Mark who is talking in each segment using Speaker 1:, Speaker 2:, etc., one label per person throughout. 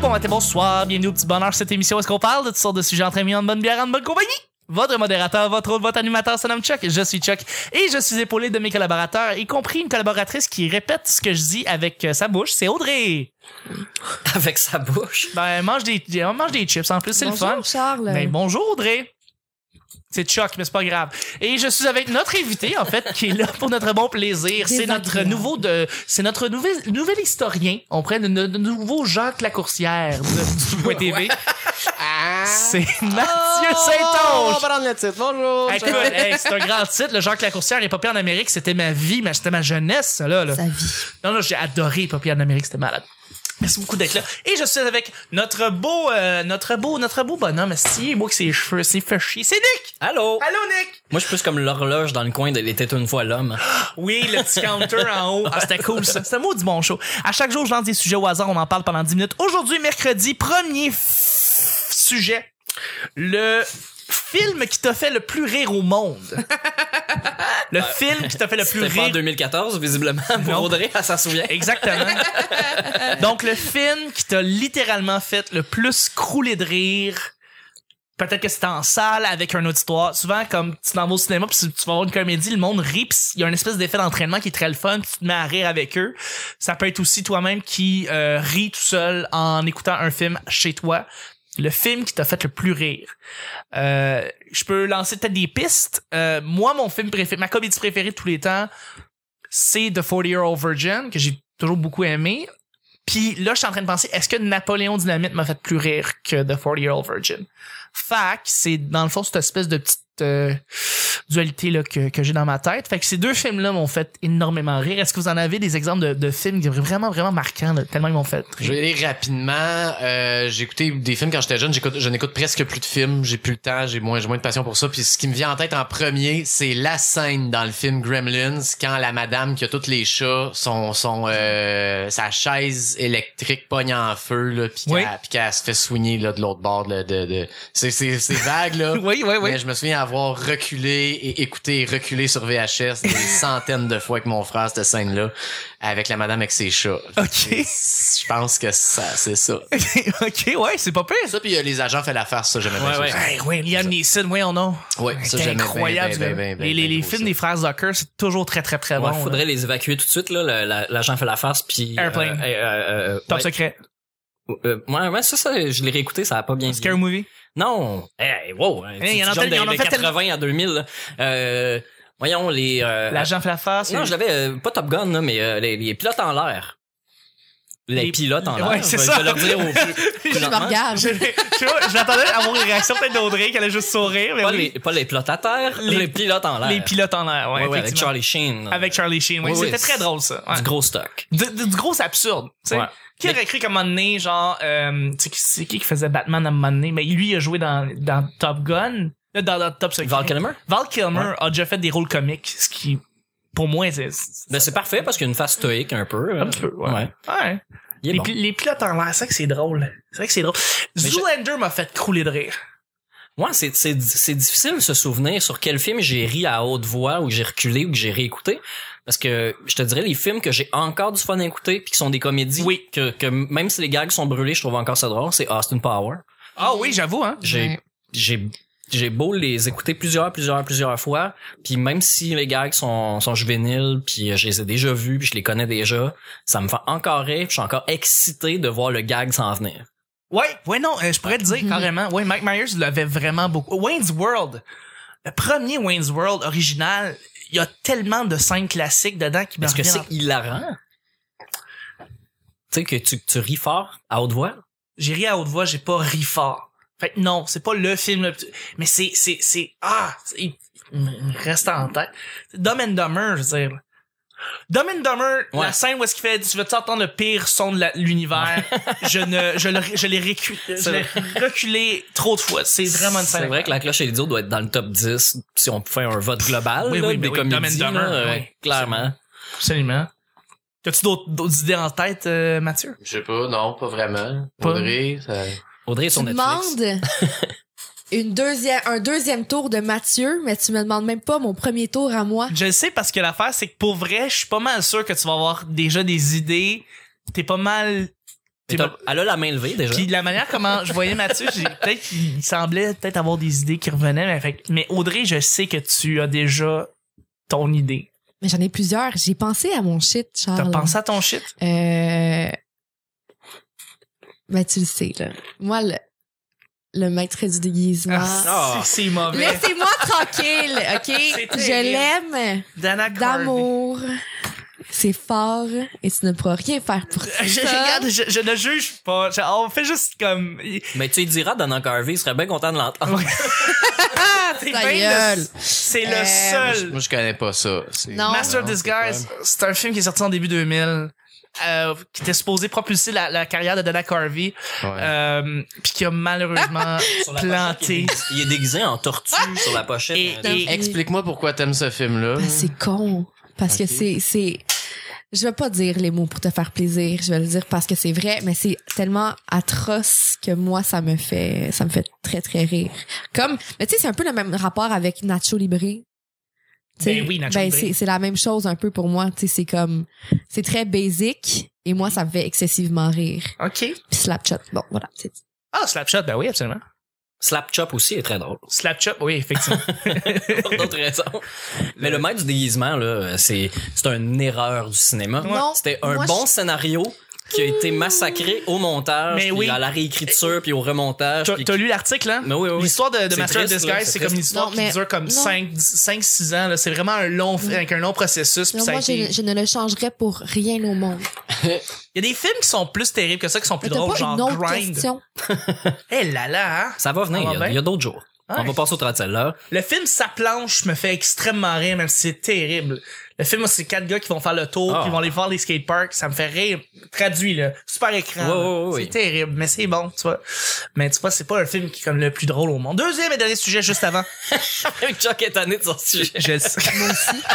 Speaker 1: bon matin, bonsoir, bienvenue au petit bonheur. Cette émission, où est-ce qu'on parle de toutes sortes de sujets entre amis, en bonne bière, en bonne compagnie? Votre modérateur, votre autre, votre animateur se nomme Chuck. Je suis Chuck et je suis épaulé de mes collaborateurs, y compris une collaboratrice qui répète ce que je dis avec euh, sa bouche, c'est Audrey.
Speaker 2: Avec sa bouche.
Speaker 1: Ben, mange des, on mange des chips en plus, c'est le fun.
Speaker 3: Bonjour, Charles.
Speaker 1: Ben, bonjour Audrey. C'est Chuck, mais c'est pas grave. Et je suis avec notre invité, en fait, qui est là pour notre bon plaisir. C'est notre
Speaker 3: Désagréable.
Speaker 1: nouveau de, c'est notre nouvel, nouvel historien. On prend le, le nouveau Jacques Lacourcière de, du Point TV. C'est Mathieu
Speaker 4: Oh!
Speaker 3: Oh!
Speaker 4: On
Speaker 1: Saint-Onge.
Speaker 4: va prendre le titre. Bonjour.
Speaker 1: Écoute, hey, c'est un grand titre. Le Jacques Lacourcière et Papier en Amérique, c'était ma vie, mais c'était ma jeunesse, ça, là. là.
Speaker 3: Sa vie.
Speaker 1: Non, non, j'ai adoré Papier en Amérique, c'était malade. Merci beaucoup d'être là. Et je suis avec notre beau, euh, notre beau, notre beau bonhomme, si, moi que ses cheveux, c'est fait chier. C'est Nick!
Speaker 2: Allô?
Speaker 1: Allô, Nick!
Speaker 2: Moi, je suis plus comme l'horloge dans le coin de l'été une fois l'homme.
Speaker 1: Oui, le petit counter en haut. Ah, c'était cool, ça. C'était un maudit bon show. À chaque jour, je lance des sujets au hasard, on en parle pendant 10 minutes. Aujourd'hui, mercredi, premier f- sujet. Le film qui t'a fait le plus rire au monde. Le film qui t'a fait le plus
Speaker 2: C'était pas en
Speaker 1: rire
Speaker 2: 2014, visiblement, pour
Speaker 1: Non.
Speaker 2: Audrey, elle s'en souvient.
Speaker 1: Exactement. Donc, le film qui t'a littéralement fait le plus crouler de rire. Peut-être que c'était en salle avec un auditoire. Souvent, comme tu t'en vas au cinéma puis tu vas voir une comédie, le monde rit pis il y a une espèce d'effet d'entraînement qui est très le fun pis tu te mets à rire avec eux. Ça peut être aussi toi-même qui euh, rit tout seul en écoutant un film chez toi. Le film qui t'a fait le plus rire. Euh, je peux lancer peut-être des pistes. Euh, moi, mon film préféré, ma comédie préférée de tous les temps, c'est The 40 Year Old Virgin, que j'ai toujours beaucoup aimé. Puis là, je suis en train de penser, est-ce que Napoléon Dynamite m'a fait plus rire que The 40 Year Old Virgin? Fac, c'est dans le fond cette espèce de petite euh, dualité là, que, que j'ai dans ma tête. Fait que ces deux films-là m'ont fait énormément rire. Est-ce que vous en avez des exemples de, de films vraiment, vraiment marquants, là, tellement ils m'ont fait
Speaker 4: Je
Speaker 1: rire?
Speaker 4: vais aller rapidement. Euh, j'ai écouté des films quand j'étais jeune. J'écoute, je n'écoute presque plus de films. J'ai plus le temps. J'ai moins, j'ai moins de passion pour ça. Puis ce qui me vient en tête en premier, c'est la scène dans le film Gremlins quand la madame qui a tous les chats, son, son, euh, sa chaise électrique pogne en feu là, puis qu'elle,
Speaker 1: Oui.
Speaker 4: puis qu'elle se fait soigner là de l'autre bord là, de, de, c'est, c'est, c'est vague là.
Speaker 1: Oui, oui, oui.
Speaker 4: Mais je me souviens avoir reculé et écouté et reculé sur VHS des centaines de fois avec mon frère cette scène-là, avec la madame avec ses chats.
Speaker 1: Ok.
Speaker 4: Je pense que ça, c'est ça.
Speaker 1: ok, ouais, c'est pas pire.
Speaker 4: Ça, puis euh, les agents fait l'affaire, ça, j'aimais bien
Speaker 2: Ouais,
Speaker 4: ça.
Speaker 1: Hey, ouais, Liam Neeson, ouais, on a.
Speaker 4: aussi. Ouais, ça,
Speaker 1: C'est
Speaker 4: j'aimais bien,
Speaker 1: incroyable.
Speaker 4: bien,
Speaker 1: du-
Speaker 4: bien, bien, bien,
Speaker 1: les les,
Speaker 4: bien
Speaker 1: les
Speaker 4: gros,
Speaker 1: films
Speaker 4: ça.
Speaker 1: des frères Zucker, c'est toujours très, très, très
Speaker 2: Ouais,
Speaker 1: bon.
Speaker 2: faudrait les évacuer tout de suite, là. la- la- L'agent fait la farce, puis... euh,
Speaker 1: Airplane.
Speaker 2: euh, euh, euh,
Speaker 1: Top
Speaker 2: ouais.
Speaker 1: secret.
Speaker 2: Euh, ouais, ouais, ça, ça, je l'ai réécouté, ça a pas bien
Speaker 1: Scary
Speaker 2: vieilli.
Speaker 1: movie.
Speaker 2: Non! Hey, wow! hein,
Speaker 1: Hey,
Speaker 2: tu-
Speaker 1: Eh, il y en
Speaker 2: tu
Speaker 1: a
Speaker 2: jumps
Speaker 1: tel- il y en a
Speaker 2: des-
Speaker 1: fait
Speaker 2: des 80 à 2000, là. Euh, voyons, les... euh,
Speaker 1: L'agent fait la face.
Speaker 2: Non, je l'avais... euh, pas Top Gun, là, mais euh, les, les pilotes en l'air. Les,
Speaker 1: Les-
Speaker 2: pilotes en l'air.
Speaker 1: Ouais, c'est
Speaker 2: je vais-
Speaker 1: ça.
Speaker 2: Je vais leur dire au plus-
Speaker 3: Je
Speaker 2: plus
Speaker 3: me
Speaker 2: lentement.
Speaker 3: regarde.
Speaker 1: Je, je- je l'attendais à avoir une réaction peut-être d'Audrey qu'elle allait juste sourire. Mais
Speaker 2: Pas,
Speaker 1: oui.
Speaker 2: les, pas les pilotes à terre,
Speaker 1: Les-
Speaker 2: les, pilotes en l'air.
Speaker 1: les, pilotes en l'air, ouais,
Speaker 2: Ouais, ouais, avec
Speaker 1: effectivement.
Speaker 2: Charlie Sheen.
Speaker 1: avec Charlie Sheen. ouais.
Speaker 2: Oui, oui,
Speaker 1: C'était très
Speaker 2: c'est-
Speaker 1: drôle ça. ouais.
Speaker 2: Du gros stock.
Speaker 1: Du, du- du gros absurde. tu sais.
Speaker 2: Ouais.
Speaker 1: Qui aurait cru qu'à un moment donné, genre, euh, tu sais, qui- c'est qui qui faisait Batman à un moment donné, mais lui il a joué dans, dans Top Gun, euh, dans, dans Top Secret.
Speaker 2: Val Kilmer?
Speaker 1: Val Kilmer
Speaker 2: Ouais.
Speaker 1: a déjà fait des rôles comiques, ce qui, pour moi, c'est c'est-
Speaker 2: Ben, c'est parfait parce qu'il y a une face stoïque un peu. euh,
Speaker 1: un petit peu. Ouais.
Speaker 2: Ouais.
Speaker 1: Ouais.
Speaker 2: Il est
Speaker 1: Les,
Speaker 2: bon.
Speaker 1: pi- les pilotes en l'air, c'est vrai que c'est drôle. C'est vrai que c'est drôle.
Speaker 2: je-
Speaker 1: Zoolander m'a fait crouler de rire.
Speaker 2: Ouais, c'est, c'est, c'est difficile de se souvenir sur quel film j'ai ri à haute voix ou que j'ai reculé ou que j'ai réécouté. Parce que je te dirais les films que j'ai encore du fun à écouter puis qui sont des comédies
Speaker 1: Oui.
Speaker 2: que, que même si les gags sont brûlés, je trouve encore ça drôle, c'est Austin Power.
Speaker 1: Ah oui, j'avoue, hein.
Speaker 2: J'ai,
Speaker 3: Ouais.
Speaker 2: j'ai, j'ai beau les écouter plusieurs, plusieurs, plusieurs fois, puis même si les gags sont, sont juvéniles, puis euh, je les ai déjà vus, puis je les connais déjà, ça me fait encore rire, puis je suis encore excité de voir le gag s'en venir.
Speaker 1: Ouais, ouais, non, euh, je pourrais te dire carrément. Ouais, Mike Myers l'avait vraiment beaucoup. Oh, Wayne's World, le premier Wayne's World original, il y a tellement de scènes classiques dedans qui me
Speaker 2: Parce que
Speaker 1: reviennent
Speaker 2: c'est
Speaker 1: en-
Speaker 2: hilarant. Tu sais que tu, tu ris fort à haute voix.
Speaker 1: J'ai ri à haute voix, j'ai pas ri fort. Fait que non, c'est pas le film, le plus- mais c'est, c'est, c'est, ah, c'est- il il reste en tête. C'est Dumb and Dumber, je veux dire. Dumb and Dumber,
Speaker 2: Ouais.
Speaker 1: la scène où est-ce qu'il fait, tu veux-tu entendre le pire son de la- l'univers? je ne, je le- je l'ai reculé, je
Speaker 2: C'est
Speaker 1: l'ai reculé trop de fois. C'est vraiment une scène.
Speaker 2: C'est vrai que la cloche et l'idiot doit être dans le top 10 si on fait un vote global
Speaker 1: Oui,
Speaker 2: là,
Speaker 1: oui,
Speaker 2: des
Speaker 1: ben oui, Dumb and
Speaker 2: comédies,
Speaker 1: Dumber,
Speaker 2: là, euh,
Speaker 1: oui.
Speaker 2: clairement.
Speaker 1: Absolument. T'as-tu d'autres, d'autres idées en tête, euh, Mathieu?
Speaker 4: Je sais pas, non, pas vraiment.
Speaker 1: Pas-
Speaker 4: Audrey, ça...
Speaker 2: Audrey est
Speaker 3: Tu
Speaker 2: sur Netflix.
Speaker 3: demandes une deuxième, un deuxième tour de Mathieu, mais tu me demandes même pas mon premier tour à moi.
Speaker 1: Je le sais parce que l'affaire, c'est que pour vrai, je suis pas mal sûr que tu vas avoir déjà des idées. T'es pas mal
Speaker 2: Mais t'as- Elle a la main levée déjà.
Speaker 1: Puis de la manière comment je voyais Mathieu, j'ai- peut-être qu'il semblait peut-être avoir des idées qui revenaient, mais, fait que- mais Audrey, je sais que tu as déjà ton idée.
Speaker 3: Mais j'en ai plusieurs. J'ai pensé à mon shit, Charles.
Speaker 1: T'as pensé à ton shit?
Speaker 3: Euh... Ben, tu le sais, là. Moi, le, le maître du déguisement.
Speaker 1: Ah, c'est- c'est mauvais.
Speaker 3: Laissez-moi tranquille,
Speaker 1: C'est
Speaker 3: OK? Je
Speaker 1: terrible.
Speaker 3: l'aime
Speaker 1: Dana Carvey.
Speaker 3: d'amour. C'est fort et tu ne pourras rien faire pour ça.
Speaker 1: Je, je regarde, je, je ne juge pas. Je- on fait juste comme.
Speaker 2: Mais tu lui diras, Dana Carvey, il serait bien content de l'entendre.
Speaker 1: T'es
Speaker 3: Ta
Speaker 1: bien le-
Speaker 3: gueule.
Speaker 1: C'est le
Speaker 3: Euh,
Speaker 1: seul.
Speaker 4: Moi, je connais pas ça. C'est-
Speaker 3: Non.
Speaker 1: Master of
Speaker 4: Non, c'est
Speaker 1: Disguise,
Speaker 4: quoi?
Speaker 1: c'est un film qui est sorti en début 2000, euh, qui était supposé propulser la, la carrière de Dana Carvey,
Speaker 4: Ouais.
Speaker 1: euh, puis qui a malheureusement
Speaker 2: Sur la
Speaker 1: planté.
Speaker 2: pochette, Il est déguisé il est déguisé en tortue sur la pochette.
Speaker 1: Ah! Et-
Speaker 2: Euh,
Speaker 1: et-
Speaker 4: Explique-moi pourquoi t'aimes ce
Speaker 1: Ah.
Speaker 4: film-là.
Speaker 3: Ben, c'est con. Parce
Speaker 4: Ok.
Speaker 3: que c'est, c'est, je vais pas dire les mots pour te faire plaisir. Je vais le dire parce que c'est vrai, mais c'est tellement atroce que moi, ça me fait, ça me fait très, très rire. Comme, mais tu sais, c'est un peu le même rapport avec Nacho Libre. Tu sais,
Speaker 1: Ben oui, Nacho
Speaker 3: ben,
Speaker 1: Libre.
Speaker 3: c'est, c'est la même chose un peu pour moi. Tu sais, c'est comme, c'est très basic. Et moi, ça me fait excessivement rire.
Speaker 1: OK.
Speaker 3: Puis Slapshot, bon, voilà. c'est-
Speaker 1: Ah, Slapshot, ben oui, absolument.
Speaker 2: Slap Chop aussi est très drôle.
Speaker 1: Slapshot, oui, effectivement.
Speaker 2: Pour d'autres raisons. Mais le maître du déguisement, là, c'est, c'est une erreur du cinéma.
Speaker 3: Non,
Speaker 2: C'était un
Speaker 3: moi,
Speaker 2: bon
Speaker 3: je-
Speaker 2: scénario qui a été massacré au montage,
Speaker 1: Mais
Speaker 2: puis
Speaker 1: oui.
Speaker 2: à la réécriture, puis au remontage.
Speaker 1: T'as
Speaker 2: puis-
Speaker 1: t'as lu l'article, hein?
Speaker 2: Mais Ah, oui, oui, oui.
Speaker 1: L'histoire de, de
Speaker 2: C'est
Speaker 1: Master of
Speaker 2: triste, là,
Speaker 1: Disguise,
Speaker 2: c'est
Speaker 1: c'est comme une
Speaker 2: triste.
Speaker 1: histoire
Speaker 3: Non, mais-
Speaker 1: qui dure comme
Speaker 3: non. Mm.
Speaker 1: 5-6 ans. là. C'est vraiment un long, avec un long processus. Puis
Speaker 3: Non,
Speaker 1: ça a
Speaker 3: moi,
Speaker 1: été-
Speaker 3: je, je ne le changerais pour rien au monde.
Speaker 1: Il y a des films qui sont plus terribles que ça, qui sont plus
Speaker 3: Mais t'as
Speaker 1: drôles,
Speaker 3: pas
Speaker 1: genre
Speaker 3: une autre
Speaker 1: Grind.
Speaker 3: question?
Speaker 1: Eh là là, hein?
Speaker 2: Ça va venir,
Speaker 1: Ça va
Speaker 2: il y a-
Speaker 1: bien?
Speaker 2: il y a, d'autres jours.
Speaker 1: Ouais.
Speaker 2: On va passer au 37 là.
Speaker 1: Le film Sa planche me fait extrêmement rire, même si c'est terrible. Le film, c'est quatre gars qui vont faire le tour,
Speaker 2: Ah.
Speaker 1: qui vont aller voir les skateparks. Ça me fait rire. Traduit, là. Super écran.
Speaker 2: Ouais,
Speaker 1: là.
Speaker 2: ouais, ouais,
Speaker 1: c'est
Speaker 2: ouais.
Speaker 1: terrible, mais c'est bon, tu vois. Mais tu vois, c'est pas un film qui est comme le plus drôle au monde. Deuxième et dernier sujet juste avant.
Speaker 2: Avec Chuck est tanné de son sujet.
Speaker 1: Je le sais.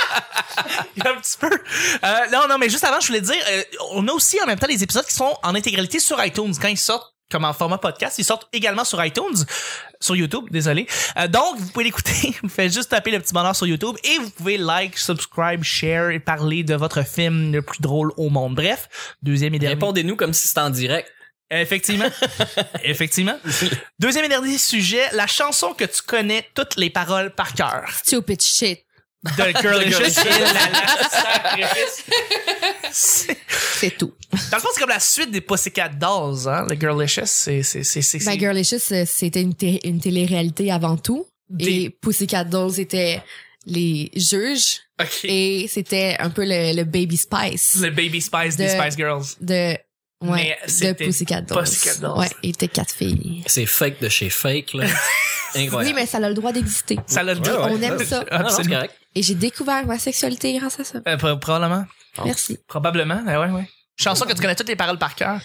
Speaker 1: un petit peu. Euh, non, non, mais juste avant, je voulais dire, euh, on a aussi en même temps les épisodes qui sont en intégralité sur iTunes. Quand ils sortent comme en format podcast, ils sortent également sur iTunes, sur YouTube, désolé. Euh, donc, vous pouvez l'écouter, vous faites juste taper le petit bonheur sur YouTube et vous pouvez like, subscribe, share et parler de votre film le plus drôle au monde. Bref, deuxième et dernier.
Speaker 2: Répondez-nous comme si c'était en direct.
Speaker 1: Effectivement. Effectivement. Deuxième et dernier sujet, la chanson que tu connais toutes les paroles par cœur.
Speaker 3: Stupid shit.
Speaker 1: The Girl in
Speaker 2: Girl in
Speaker 1: Shit.
Speaker 2: Shit.
Speaker 1: Et la la sacrifice. C'est-
Speaker 3: C'est tout.
Speaker 1: Dans le fond, c'est comme la suite des Pussycat Dolls, hein? The Girlicious, c'est... c'est- c'est- c'est-
Speaker 3: Ben,
Speaker 1: c'est-
Speaker 3: Girlicious, euh, c'était une, té- une télé-réalité avant tout.
Speaker 1: Des-
Speaker 3: Et Pussycat Dolls était les juges.
Speaker 1: OK.
Speaker 3: Et c'était un peu le, le Baby Spice
Speaker 1: Le Baby Spice des
Speaker 3: De-
Speaker 1: Spice Girls.
Speaker 3: de,
Speaker 1: Mais
Speaker 3: ouais, de
Speaker 1: c'était
Speaker 3: Pussycat Dolls.
Speaker 1: Pussycat Dolls.
Speaker 3: Ouais, il était quatre filles.
Speaker 2: C'est fake de chez fake, là.
Speaker 3: Oui,
Speaker 2: Incroyable.
Speaker 3: mais ça a le droit d'exister.
Speaker 1: Ça l'a
Speaker 2: Ouais, ouais.
Speaker 3: On aime ça.
Speaker 2: Ah, non, non, c'est
Speaker 1: Absolument.
Speaker 2: correct.
Speaker 3: Et j'ai découvert ma sexualité grâce à ça.
Speaker 1: Euh, pro- probablement.
Speaker 3: Merci.
Speaker 1: Probablement, euh, ouais, ouais. Chanson que tu connais toutes les paroles par cœur.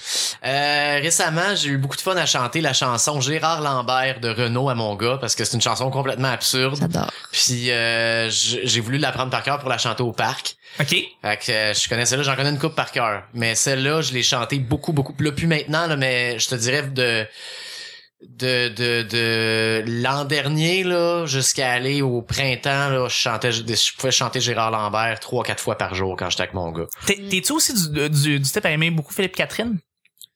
Speaker 4: Euh, récemment, j'ai eu beaucoup de fun à chanter la chanson Gérard Lambert de Renault à mon gars parce que c'est une chanson complètement absurde.
Speaker 3: J'adore.
Speaker 4: Puis euh, j- j'ai voulu la prendre par cœur pour la chanter au parc.
Speaker 1: OK.
Speaker 4: Fait que euh, je connais celle-là, j'en connais une coupe par cœur. Mais celle-là, je l'ai chantée beaucoup, beaucoup. Là, plus maintenant, là, mais je te dirais de de de, de l'an dernier là jusqu'à aller au printemps là je chantais je pouvais chanter Gérard Lambert trois quatre fois par jour quand j'étais avec mon gars
Speaker 1: T'es- T'es-tu aussi du, euh, du, du type à aimer beaucoup Philippe Catherine?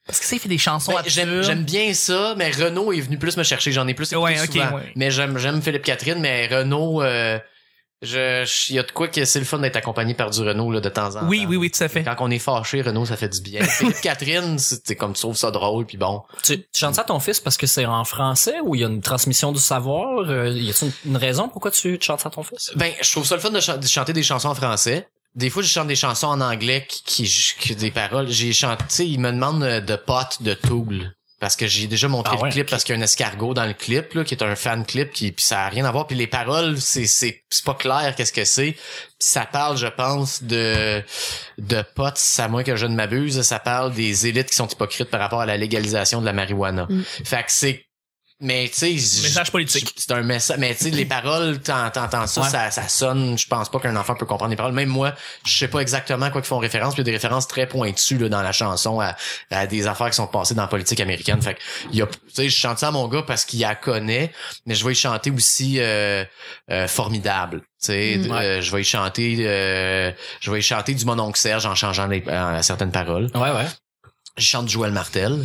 Speaker 1: Parce que ça, il fait des chansons
Speaker 4: Ben, j'aime
Speaker 1: absurdes.
Speaker 4: j'aime bien ça, mais Renault est venu plus me chercher. J'en ai plus écouté
Speaker 1: Ouais, ok,
Speaker 4: souvent.
Speaker 1: ouais.
Speaker 4: Mais j'aime j'aime Philippe Catherine, mais Renault, euh, je je- il y a de quoi que c'est le fun d'être accompagné par du Renault là, de temps en temps.
Speaker 1: Oui, oui, oui, tout à fait.
Speaker 4: Quand on est fâché, Renault, ça fait du bien. Philippe Catherine, c'est c'est comme tu trouves ça drôle, puis bon.
Speaker 2: Tu, tu chantes ça à ton fils parce que c'est en français ou il y a une transmission du savoir? Euh, y a-t-il une, une raison pourquoi tu, tu chantes ça à ton fils?
Speaker 4: Ben, je trouve ça le fun de, chan- de chanter des chansons en français. Des fois, je chante des chansons en anglais qui, qui, qui- des paroles. J'ai chanté, il me demande euh, de potes de Tool. Parce que j'ai déjà montré
Speaker 2: Ah
Speaker 4: le
Speaker 2: ouais,
Speaker 4: clip parce qu'il y a un escargot dans le clip là qui est un fan clip qui puis ça a rien à voir puis les paroles c'est c'est c'est pas clair qu'est-ce que c'est puis ça parle je pense de de potes à moins que je ne m'abuse ça parle des élites qui sont hypocrites par rapport à la légalisation de la marijuana
Speaker 3: Mm.
Speaker 4: fait que c'est mais tu sais je-
Speaker 1: Message politique.
Speaker 4: c'est un message. Mais tu sais, les paroles, t'en- t'entends ça,
Speaker 2: Ouais.
Speaker 4: ça, ça sonne. Je pense pas qu'un enfant peut comprendre les paroles. Même moi, je sais pas exactement à quoi qu'ils font référence. Puis il y a des références très pointues là, dans la chanson à, à des affaires qui sont passées dans la politique américaine. Fait que, il y a, tu sais, je chante ça à mon gars parce qu'il la connaît, mais je vais y chanter aussi euh, euh, formidable. Tu sais,
Speaker 3: Mm.
Speaker 4: euh, je vais y chanter, euh, je vais y chanter du mononcle Serge en changeant les, euh, certaines paroles.
Speaker 2: Ouais, ouais.
Speaker 4: je chante Joël Martel.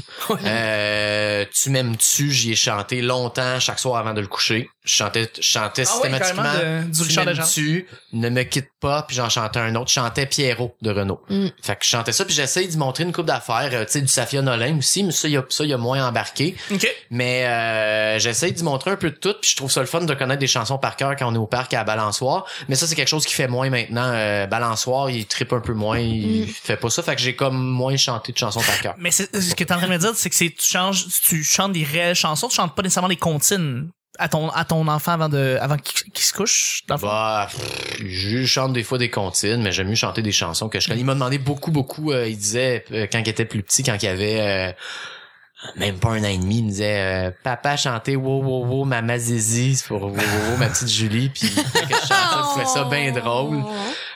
Speaker 4: Euh, tu m'aimes-tu, j'y ai chanté longtemps, chaque soir avant de le coucher. Je chantais, je chantais
Speaker 1: Ah ouais,
Speaker 4: systématiquement.
Speaker 1: carrément, de- du
Speaker 4: tu
Speaker 1: Richard
Speaker 4: m'aimes-tu, ne me quitte pas, puis j'en chantais un autre. Je chantais Pierrot de Renault.
Speaker 3: Mm.
Speaker 4: Fait que je chantais ça, puis j'essaye d'y montrer une coupe d'affaires, euh, tu sais, du Safia Nolin aussi, mais ça, il y a, ça, il y a moins embarqué.
Speaker 1: OK.
Speaker 4: Mais euh, j'essaie d'y montrer un peu de tout, puis je trouve ça le fun de connaître des chansons par cœur quand on est au parc à la Balançoire. Mais ça, c'est quelque chose qui fait moins maintenant. Euh, Balançoire, il tripe un peu moins, il fait pas ça. Fait que j'ai comme moins chanté de chansons par cœur.
Speaker 1: Mais c'est- ce que t'es en train de me dire, c'est que c'est- tu changes, tu chantes des réelles chansons, tu chantes pas nécessairement les comptines à ton, à ton enfant avant de, avant qu'il qu'il se couche, dans le fond.
Speaker 4: Bah, pff, je chante des fois des comptines, mais j'aime mieux chanter des chansons que je connais. Il m'a demandé beaucoup, beaucoup. euh, il disait, euh, quand il était plus petit, quand il avait euh, même pas un an et demi, il me disait euh, Papa chantait Wow Wow Wow, Mama Zizi, c'est pour Wow Wow Wow, ma petite Julie. Puis il voulait que je chante ça,
Speaker 1: Ah,
Speaker 4: il trouvait ça bien drôle.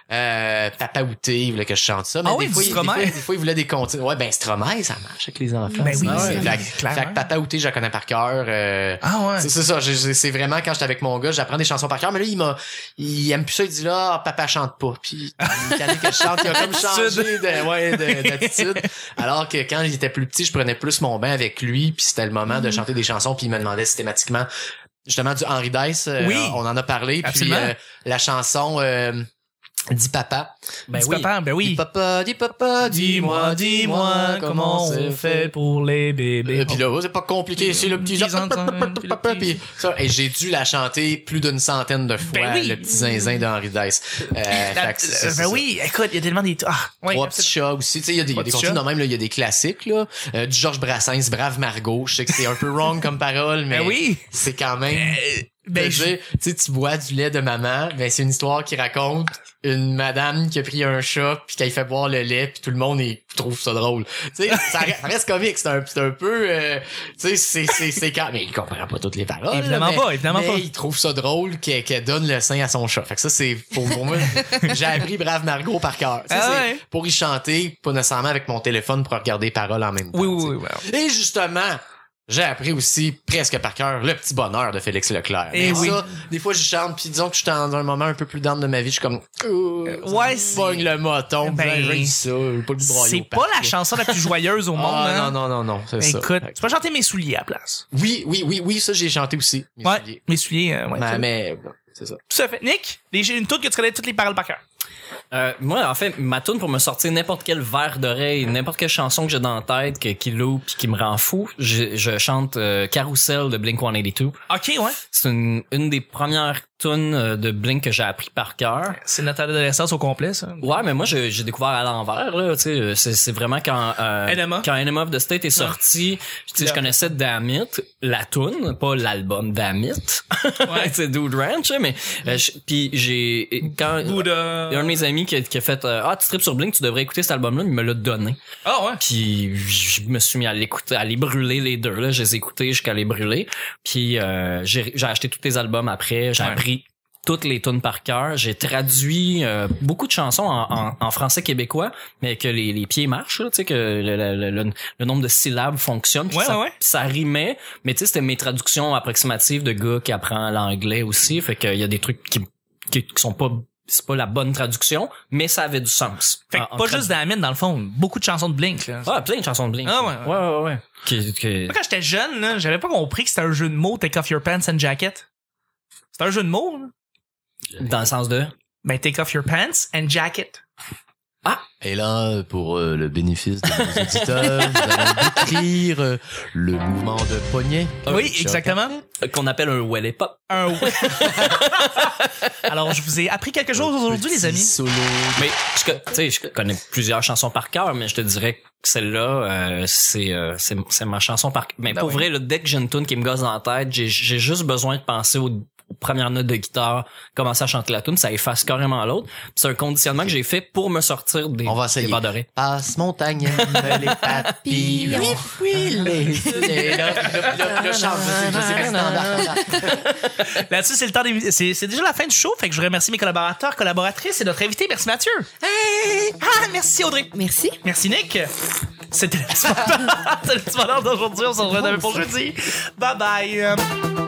Speaker 4: Euh, Papa Outé, il voulait que je chante ça. Mais
Speaker 1: Ah oui,
Speaker 4: des,
Speaker 1: du
Speaker 4: fois, il- des,
Speaker 1: Stromae.
Speaker 4: fois, des fois, il voulait des comptines. Ouais, ben Stromae, ça marche avec les enfants.
Speaker 1: Ben oui,
Speaker 4: ça.
Speaker 1: c'est-
Speaker 4: Fait que- fait
Speaker 1: clairement.
Speaker 4: que Papa Outé, je la connais par cœur. euh,
Speaker 1: Ah ouais.
Speaker 4: c'est c'est ça, j'ai- j'ai- c'est vraiment quand j'étais avec mon gars, j'apprends des chansons par cœur, mais là, il m'a, il aime plus ça, il dit là, Ah, papa chante pas. Puis, il fallait que je chante, il a comme changé de, ouais, de- d'attitude. Alors que quand il était plus petit, je prenais plus mon bain avec lui, puis c'était le moment
Speaker 1: Mm.
Speaker 4: de chanter des chansons, puis il me demandait systématiquement, justement, du Henry Dice, euh,
Speaker 1: Oui.
Speaker 4: on en a parlé, puis
Speaker 1: Absolument.
Speaker 4: euh, la chanson, euh, Dis papa.
Speaker 2: Ben
Speaker 1: Dis
Speaker 2: oui.
Speaker 1: papa, ben
Speaker 4: Dis
Speaker 1: oui.
Speaker 4: papa, dis papa, dis-moi, dis-moi, comment
Speaker 1: on
Speaker 4: on
Speaker 1: fait pour les bébés.
Speaker 4: et puis là, oh, c'est pas compliqué, c'est le petit
Speaker 1: Petit
Speaker 4: zinzin.
Speaker 1: zinzin, puis le petit-
Speaker 4: Puis ça, et j'ai dû la chanter plus d'une centaine de fois,
Speaker 1: Ben oui.
Speaker 4: le petit zinzin d'Henri Dice. Euh,
Speaker 1: La-
Speaker 4: fait que c'est- c'est
Speaker 1: ben
Speaker 4: ça.
Speaker 1: oui, écoute, il y a tellement des. Ah, ouais,
Speaker 4: Trois petits chats aussi. Tu sais, il y a des, il y a
Speaker 1: Trois
Speaker 4: des
Speaker 1: petits
Speaker 4: contenus
Speaker 1: chats.
Speaker 4: de même, là, il y a des classiques, là. Euh, du Georges Brassens, Brave Margot. Je sais que c'est un peu wrong comme parole, mais
Speaker 1: Ben oui.
Speaker 4: c'est quand même.
Speaker 1: Ben,
Speaker 4: euh, de
Speaker 1: je-
Speaker 4: dire, tu sais, tu bois du lait de maman, mais c'est une histoire qui raconte une madame qui a pris un chat puis qu'elle fait boire le lait puis tout le monde il trouve ça drôle. Tu sais, ça re- ça reste comique, c'est un, c'est un peu, euh, tu sais, c'est c'est c'est quand mais il comprend pas toutes les paroles. là,
Speaker 1: Évidemment
Speaker 4: mais-
Speaker 1: pas, évidemment
Speaker 4: mais
Speaker 1: pas.
Speaker 4: il trouve ça drôle qu'elle qu'elle donne le sein à son chat. Fait que ça c'est pour, pour moi, j'ai appris Brave Margot par cœur. Ça,
Speaker 1: Ah
Speaker 4: c'est
Speaker 1: ouais.
Speaker 4: Pour y chanter, pas nécessairement avec mon téléphone pour regarder les paroles en même temps.
Speaker 1: oui,
Speaker 4: tu sais.
Speaker 1: oui, oui. ouais.
Speaker 4: Et justement, j'ai appris aussi presque par cœur le petit bonheur de Félix Leclerc.
Speaker 1: Eh
Speaker 4: Et
Speaker 1: oui.
Speaker 4: ça, des fois, je chante, puis disons que je suis dans un moment un peu plus down de ma vie, je suis comme, Ouh,
Speaker 1: Euh, ouais,
Speaker 4: je
Speaker 1: c'est-
Speaker 4: pogne le moton,
Speaker 1: Ben,
Speaker 4: ben, j'ai ça, je veux pas le broyer
Speaker 1: C'est
Speaker 4: au
Speaker 1: pas
Speaker 4: parc,
Speaker 1: la
Speaker 4: là.
Speaker 1: chanson la plus joyeuse au monde.
Speaker 4: Ah,
Speaker 1: hein.
Speaker 4: non, non, non, non, c'est ça.
Speaker 1: Écoute,
Speaker 4: Fait que-
Speaker 1: tu peux chanter mes souliers à la place.
Speaker 4: Oui, oui, oui, oui, ça, j'ai chanté aussi. mes
Speaker 1: ouais,
Speaker 4: souliers.
Speaker 1: mes souliers, euh, ouais.
Speaker 4: Ma-
Speaker 1: tout-
Speaker 4: mais, bon, c'est ça.
Speaker 1: Tout à fait. Nick, les- une toute que tu connais toutes les paroles par cœur.
Speaker 2: Euh, moi, en fait, ma tune pour me sortir n'importe quel verre d'oreille, n'importe quelle chanson que j'ai dans la tête, que, qui loupe puis qui me rend fou, je, je chante euh, Carousel de Blink 182.
Speaker 1: Ok, ouais.
Speaker 2: C'est une, une des premières tunes euh, de Blink que j'ai appris par cœur.
Speaker 1: C'est notre adolescence au complet, ça.
Speaker 2: Ouais, mais moi, j'ai j'ai découvert à l'envers, là. Tu sais, c'est c'est vraiment quand, euh,
Speaker 1: Enema.
Speaker 2: quand Enema of the State est sorti, tu sais, je
Speaker 1: Yeah.
Speaker 2: connaissais Damit, la tune, pas l'album Damit.
Speaker 1: Ouais.
Speaker 2: c'est Dude Ranch, mais, euh, je- puis j'ai, quand,
Speaker 1: Bouddha.
Speaker 2: il y a un de mes amis qui a, qui a fait euh, ah tu tripes sur Blink tu devrais écouter cet album là il me l'a donné
Speaker 1: Ah, ouais.
Speaker 2: puis je me suis mis à l'écouter à les brûler les deux là je les ai écoutés jusqu'à les brûler puis euh, j'ai j'ai acheté tous les albums après j'ai
Speaker 1: Ouais.
Speaker 2: appris toutes les tunes par cœur j'ai traduit euh, beaucoup de chansons en, en- en français québécois mais que les, les pieds marchent là, tu sais que le, le- le- le nombre de syllabes fonctionne puis
Speaker 1: Ouais,
Speaker 2: ça,
Speaker 1: ouais, ouais.
Speaker 2: ça rimait mais tu sais c'était mes traductions approximatives de gars qui apprend l'anglais aussi fait qu'il y a des trucs qui qui, qui sont pas c'est pas la bonne traduction mais ça avait du sens
Speaker 1: Fait que
Speaker 2: Ah, En- en
Speaker 1: pas
Speaker 2: tradu-
Speaker 1: juste Damien, dans le fond. Beaucoup de chansons de Blink, là.
Speaker 2: ah, plein de chansons de Blink.
Speaker 1: Ah ouais,
Speaker 2: ouais, ouais. ouais. Qui- qui-
Speaker 1: Moi, quand j'étais jeune, là, j'avais pas compris que c'était un jeu de mots, take off your pants and jacket. C'est un jeu de mots, là.
Speaker 2: Dans le sens de.
Speaker 1: Ben, take off your pants and jacket.
Speaker 4: Et là, pour euh, le bénéfice de nos auditeurs, nous allons décrire euh, le mouvement de poignet.
Speaker 1: oui, exactement.
Speaker 2: Qu'on appelle un Welly Pop.
Speaker 1: Un ouais. Alors, je vous ai appris quelque chose aujourd'hui, les amis.
Speaker 4: Solo.
Speaker 2: Mais, je co- tu sais, je connais plusieurs chansons par cœur, mais je te dirais que celle-là, euh, c'est, euh, c'est, c'est ma chanson par cœur. Mais
Speaker 1: Ben
Speaker 2: pour
Speaker 1: oui.
Speaker 2: vrai, le dès que j'ai une tune qui me gosse dans la tête, j'ai, j'ai juste besoin de penser aux, aux premières notes de guitare, commencer à chanter la tune, ça efface carrément l'autre. C'est un conditionnement que j'ai fait pour me sortir des,
Speaker 4: On va
Speaker 2: des
Speaker 4: essayer.
Speaker 2: barres d'oreilles.
Speaker 4: Passe montagne, aime les papillons.
Speaker 3: Oui,
Speaker 4: oui, les. Là, là, là, là, Charles, je sais- je sais pas si t'en as.
Speaker 1: Là-dessus, c'est le temps des... c'est, c'est déjà la fin du show, fait que je remercie mes collaborateurs, collaboratrices et notre invité. Merci Mathieu. Ah, merci Audrey.
Speaker 3: Merci.
Speaker 1: Merci Nick. C'était le petit bonheur. C'était le petit bonheur d'aujourd'hui. On se retrouve demain pour jeudi. Bye bye.